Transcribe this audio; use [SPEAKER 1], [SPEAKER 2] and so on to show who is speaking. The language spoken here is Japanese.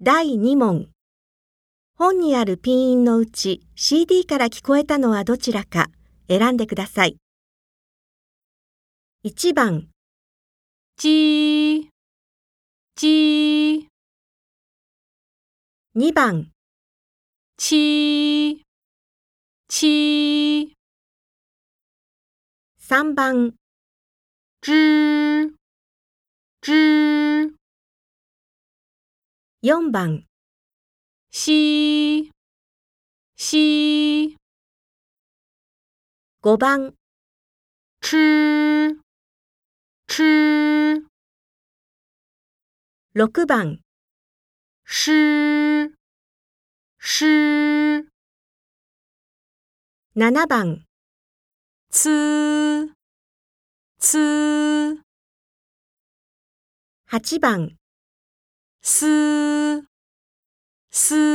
[SPEAKER 1] 第2問。本にあるピン音のうち CD から聞こえたのはどちらか選んでください。1番、
[SPEAKER 2] 鸡鸡
[SPEAKER 1] 2番、
[SPEAKER 2] 七七
[SPEAKER 1] 3番、
[SPEAKER 2] 之之
[SPEAKER 1] 4番、
[SPEAKER 2] 西西
[SPEAKER 1] 5番、
[SPEAKER 2] 吃吃
[SPEAKER 1] 6番、
[SPEAKER 2] 诗诗
[SPEAKER 1] 7番、
[SPEAKER 2] 呲呲
[SPEAKER 1] 8番、
[SPEAKER 2] 丝丝。